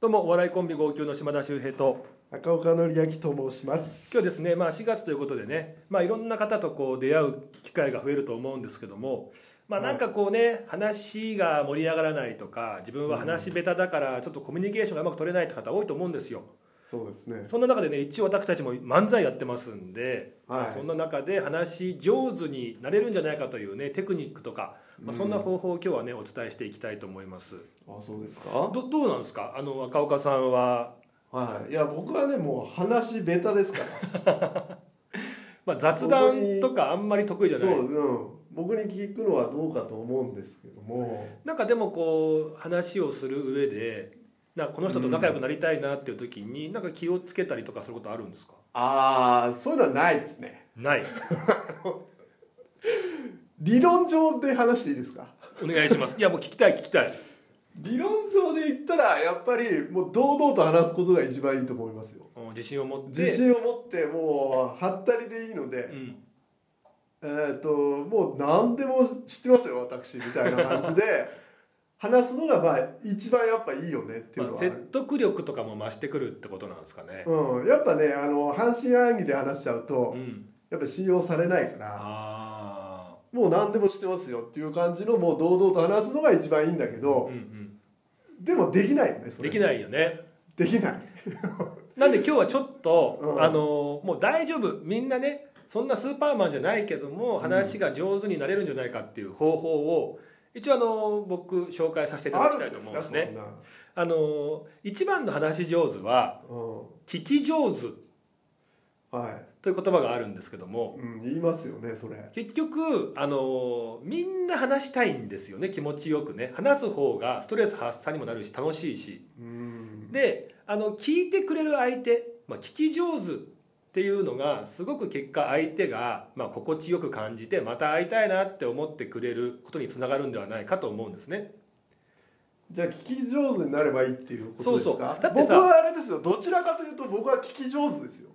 どうもお笑いコンビ号泣の島田秀平と赤岡典明と申します今日ですね、まあ、4月ということでね、まあ、いろんな方とこう出会う機会が増えると思うんですけども、まあ、なんかこうね、話が盛り上がらないとか自分は話下手だからちょっとコミュニケーションがうまく取れないって方多いと思うんですよ。そうですねそんな中でね一応私たちも漫才やってますんで、はいまあそんな中で話し上手になれるんじゃないかというねテクニックとか、まあ、そんな方法を今日はねお伝えしていきたいと思います、あそうですかどどうなんですかあの赤岡さんは、はいいや僕はねもう話ベタですからまあ、雑談とかあんまり得意じゃそ、ないううん、僕に聞くのはどうかと思うんですけどもなんかでもこう話をする上でなんかこの人と仲良くなりたいなっていう時に、なんか気をつけたりとかすることあるんですかああそういうのはないですねない理論上で話していいですか お願いしますいやもう聞きたい聞きたい理論上で言ったらやっぱりもう堂々と話すことが一番いいと思いますようん自信を持って自信を持ってもうはったりでいいので、うんえー、ともう何でも知ってますよ私みたいな感 じで話すのがまあ一番やっぱいいよねっていうのまあは、説得力とかも増してくるってことなんですかね、うん、やっぱねあの半信半疑で話しちゃうと、うん、やっぱ信用されないからあもう何でも知ってますよっていう感じのもう堂々と話すのが一番いいんだけあ、うどん、うん、でもできないよねそれできないよねできないなんで今日はちょっと、うんあのもう大丈夫みんなねそんなスーパーマンじゃないけども話が上手になれるんじゃないかっていう方法を一応あの僕紹介させていただきたいと思うんですそんね。な、あの一番の話し上手はう聞き上手んはいという言葉があるんですけどもうん、言いますよねそれ結局あのみんな話したいんですよね気持ちよくね話す方がストレス発散にもなるし楽しいしうんであの聞いてくれる相手、まあ、聞き上手っていうのがすごく結果相手が、まあ、心地よく感じてまた会いたいなって思ってくれることにつながるんではないかと思うんですねじゃあ聞き上手になればいいっていうことですかそうそうだって僕さはあれですよどちらかというと僕は聞き上手ですよ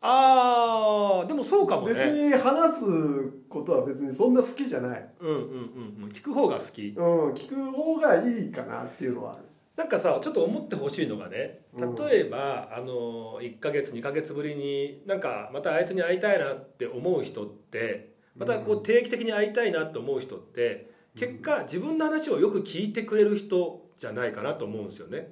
あーでもそうかも別ねに話すことは別にそんな好きじゃない、うんうんうんうん聞く方が好きうん、聞く方がいいかなっていうのはあるなんかさちょっと思ってほしいのがね例えば、あの1ヶ月2ヶ月ぶりになんかまたあいつに会いたいなって思う人ってまたこう定期的に会いたいなって思う人って結果自分の話をよく聞いてくれる人じゃないかなと思うんですよね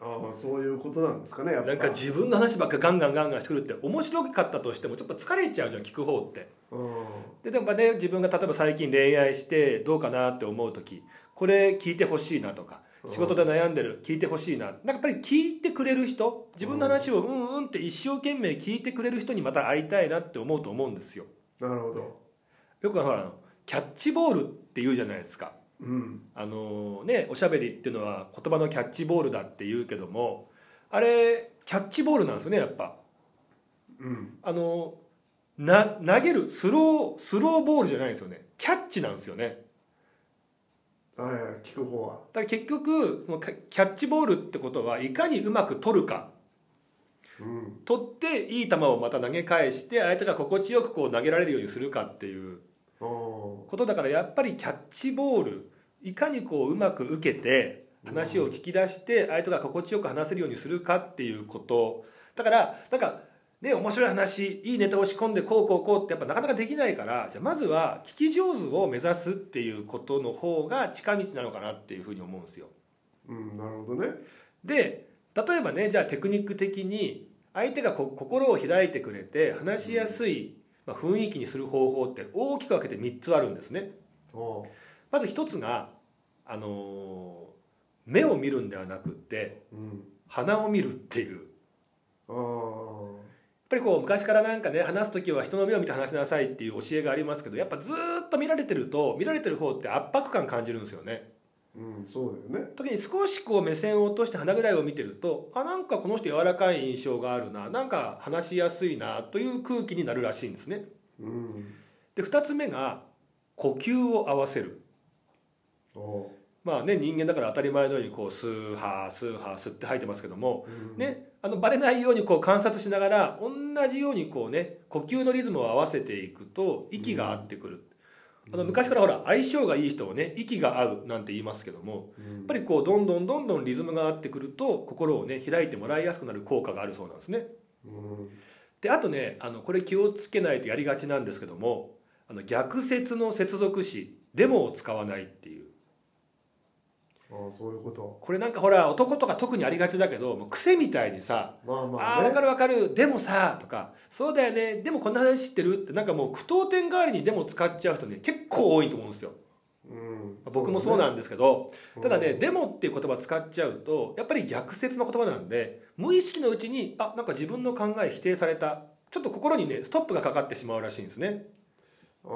ああそういうことなんですかねやっぱなんか自分の話ばっかガンガンガンガンしてくるって面白かったとしてもちょっと疲れちゃうじゃん聞く方ってうんででもね自分が例えば最近恋愛してどうかなって思う時これ聞いてほしいなとかうん仕事で悩んでる聞いてほしいななんかやっぱり聞いてくれる人自分の話をうんうんって一生懸命聞いてくれる人にまた会いたいなって思うと思うんですよなるほどよくほらあのキャッチボールって言うじゃないですかうんあのねおしゃべりっていうのは言葉のキャッチボールだって言うけどもあれキャッチボールなんですよねやっぱうんあのな投げるスロースローボールじゃないんですよねキャッチなんですよねはいはい聞く方だはから結局そのキャキャッチボールってことはいかにうまく取るかうん取っていい球をまた投げ返して相手が心地よくこう投げられるようにするかっていうあーことだからやっぱりキャッチボールいかにこううまく受けて話を聞き出して相手が心地よく話せるようにするかっていうことだからなんかね面白い話いいネタを仕込んでこうこうこうってやっぱなかなかできないからじゃあまずは聞き上手を目指すっていうことの方が近道なのかなっていうふうに思うんですよ。うんなるほどねで例えばねじゃあテクニック的に相手がこ心を開いてくれて話しやすい、まあ、雰囲気にする方法って大きく分けて3つあるんですねおまず1つが、あのー目を見るんではなくってうん鼻を見るっていうやっあーぱりこう昔からなんかね話す時は人の目を見て話しなさいっていう教えがありますけどやっぱずーっと見られてると見られてる方って圧迫感感じるんですよねうんそうだよね時に少しこう目線を落として鼻ぐらいを見てるとあなんかこの人柔らかい印象があるななんか話しやすいなという空気になるらしいんですねうんで2つ目が呼吸を合わせるおまあね人間だから当たり前のようにこうスーハースーハースって吐いてますけども、うんねあのバレないようにこう観察しながら同じようにこうね呼吸のリズムを合わせていくと息が合ってくる、あの昔からほら相性がいい人をね息が合うなんて言いますけどもやっぱりこうどんどんどんどんリズムが合ってくると心をね開いてもらいやすくなる効果があるそうなんですね。うんであとねあのこれ気をつけないとやりがちなんですけどもあの逆説の接続詞でもを使わないっていうああそういうことこれなんかほら男とか特にありがちだけどもう癖みたいにさまあ「まああーね分かる分かるでもさ」とか「そうだよねでもこんな話知ってる」ってなんかもう句読点代わりに「でも」使っちゃう人ね結構多いと思うんですよ。うん僕もそうなんですけど、そうただだねね、うんデモっていう言葉使っちゃうとやっぱり逆説の言葉なんで無意識のうちにあなんか自分の考え否定されたちょっと心にねストップがかかってしまうらしいんですねああ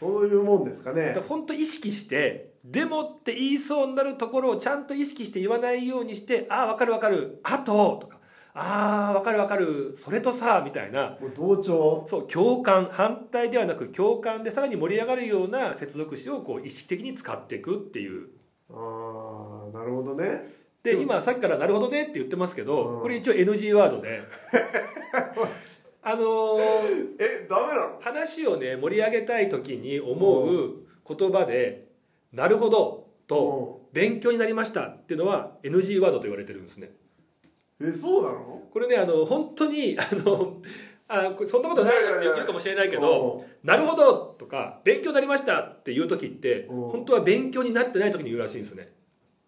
そういうもんですかだねから本当意識して「デモ」って言いそうになるところをちゃんと意識して言わないようにして「ああ分かる分かるあと」とか「ああ分かる分かるそれとさ」みたいなもう同調そう共感反対ではなく共感でさらに盛り上がるような接続詞をこう意識的に使っていくっていうああなるほどねで、うん今さっきから「なるほどね」って言ってますけど、うんこれ一応 NG ワード であのーえダメなの話をね盛り上げたい時に思う言葉で「なるほど」とと「勉強になりました」っていうのは NG ワードと言われてるんですねえそうなのこれねあの本当にあのあこれそんなことないよって言うかもしれないけど「なるほど」とか「勉強になりました」っていう時ってうん本当は勉強になってない時に言うらしいんですね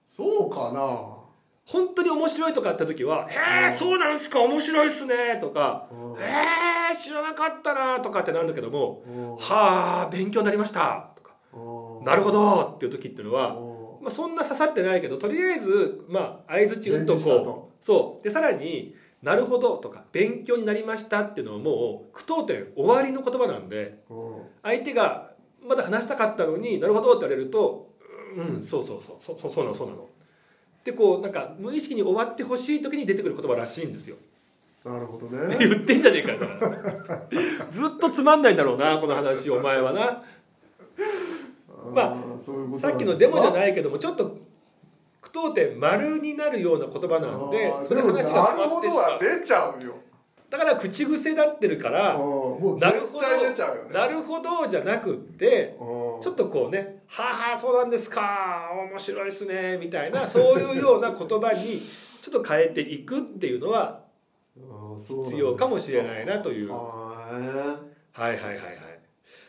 そうかな本当に面白いとかあった時は「へうえんそうなんすか面白いっすね」とか「うんえー、知らなかったな」とかってなるんだけども「うんはあ勉強になりました」とか「うんなるほど」っていう時っていうのは、うまあ、そんな刺さってないけどとりあえずまあ相づち打っと練習したことうそうでさらに「なるほど」とか「勉強になりました」っていうのはもう句読点終わりの言葉なんでんうん相手がまだ話したかったのに「なるほど」って言われると「うんうんそうそうそうそそそうなのそうなの」でこうなんか無意識に終わってほしい時に出てくる言葉らしいんですよなるほど言ねってんじゃねえかよだから ずっとつまんないんだろうなこの話お前はな まあーそういうことさなんっきのデモじゃいないけどもちょっと句読点丸になるような言葉なんでそれででも話ながる止まほってどしはまう出ちゃうよだから口癖だってるかうんらもうなるほど絶対出ちゃう「よねなるほど」じゃなくってうんちょっとこうね「はあはあそうなんですか面白いっすね」みたいなそういうような言葉にちょっと変えていくっていうのはうんそうなんです必要かもしれないなというはいははいはいはい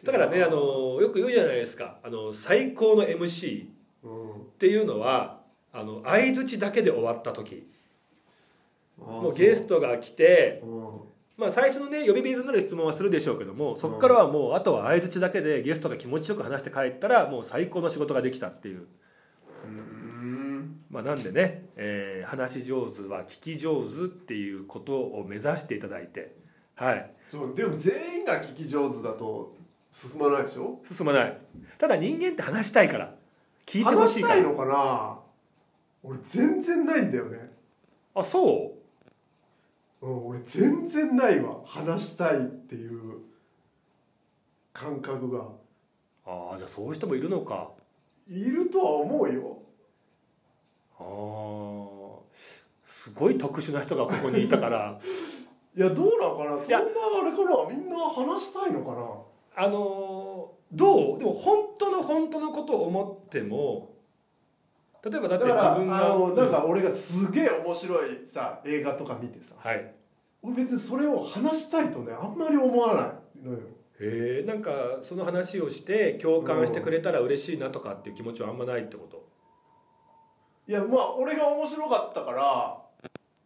だからいねやあのよく言うじゃないですかあの最高の MC っいうんていうのはあの相づちだけで終わった時あーもうゲストが来てそううんまあ最初のね呼び水になる質問はするでしょうけどもそこからはもうあとは相づちだけでゲストが気持ちよく話して帰ったらもう最高の仕事ができたっていううんまあ、なんでね、えー話し上手は聞き上手っていうことを目指していただいて、はい、そうでも全員が聞き上手だと進まないでしょ進まないただ人間って話したいから聞いてほしいか話したいらのかな俺全然ないんだよねあそうん俺全然ないわ話したいっていう感覚がうああじゃあそういう人もいるのかいるとは思うよああすごい特殊な人がここにいたから いやどうなのかなそんやなあれかなみんな話したいのかなあのーどうでも本当の本当のことを思っても例えばだってだからあ自分がのなんか俺がすげえ面白いさ映画とか見てさはいへ俺別にそれを話したいとねあんまり思わないのよえんかその話をして共感してくれたら嬉しいなとかっていう気持ちはあんまないってこといやまあ俺が面白かったから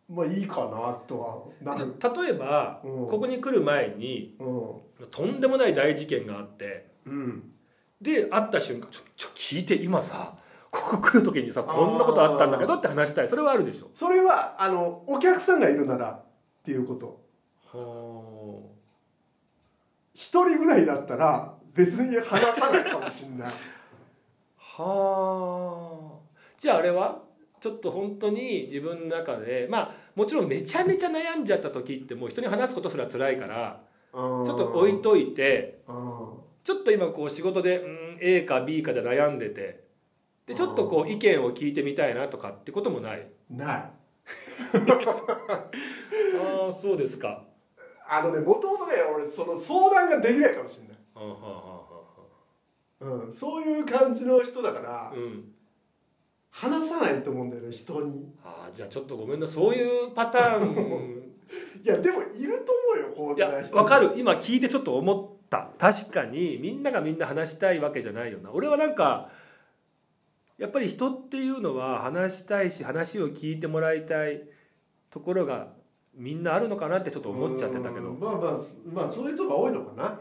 まあいいかなとはなる例えば、うんここに来る前にうとんでもない大事件があってんうんで会った瞬間「ちょちょ聞いて今さここ来る時にさこんなことあったんだけど」って話したいそれはあるでしょそれはあのお客さんがいるならっていうこと一人ぐらいだったら別に話さないかも しんないはあじゃああれはちょっと本当に自分の中でまあもちろんめちゃめちゃ悩んじゃった時ってもう人に話すことすら辛いからちょちょっと置いといてうちょっと今こう仕事でうん A か B かで悩んでてでちょっとこう意見を聞いてみたいなとかってこともないんないああそうですかあのねもともとね俺その相談ができないかもしんないはあはあはあはうん、そういう感じの人だから、うん話さないと思うんだよね人にあーじゃあちょっとごめんなそういうパター ンいやでもいると思うよこんいやな人わかる今聞いてちょっと思った確かにみんながみんな話したいわけじゃないよな俺はなんかやっぱり人っていうのは話したいし話を聞いてもらいたいところがみんなあるのかなってちょっと思っちゃってたけどうんまあまあまあそういう人が多いのかな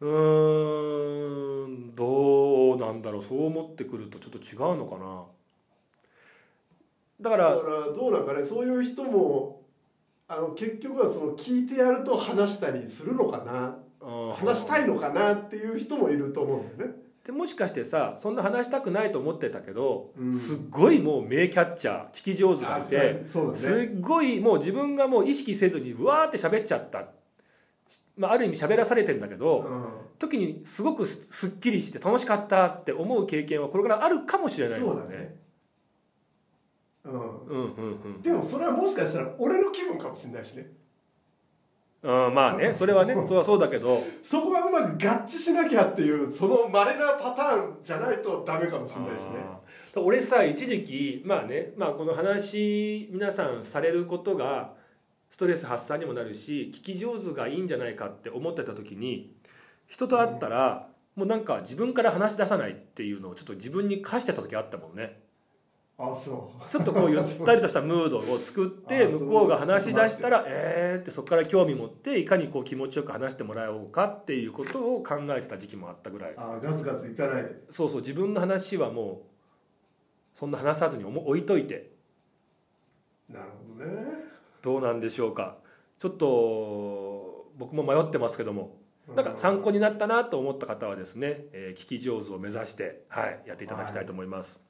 うーんどうなんだろうそう思ってくるとちょっと違うのかなだかだかららどうなんかねそういう人もあの結局はその聞いてやると話したりするのかな話したいいのかなっていう人もいると思うんだよねでもしかしてさそんな話したくないと思ってたけど、うんすっごいもう名キャッチャー聞き上手がいて、あそうだねすっごいもう自分がもう意識せずにうわーって喋っちゃった、まあ、ある意味喋らされてんだけど、う時にすごくすすっきりして楽しかったって思う経験はこれからあるかもしれんないそもうんだねううんんうんうんでもそれはもしかしたら俺の気分かもしれないしねうん、まあねそれはねそれはそうだけどそこがうまく合致しなきゃっていうそのまれなパターンじゃないとダメかもしれないしねあー俺さ一時期まあね、まあ、この話皆さんされることがストレス発散にもなるし聞き上手がいいんじゃないかって思ってた時に人と会ったら、もうなんか自分から話し出さないっていうのをちょっと自分に課してた時あったもんねあそうちょっとこうゆったりとしたムードを作ってあー向こうが話し出したらえーってそこから興味持っていかにこう気持ちよく話してもらおうかっていうことを考えてた時期もあったぐらいあガツガツいかないでそうそう自分の話はもうそんな話さずにおも置いといてなるほどねどうなんでしょうかちょっと僕も迷ってますけどもなんか参考になったなと思った方はですね、えー聞き上手を目指して、はい、やっていただきたいと思います。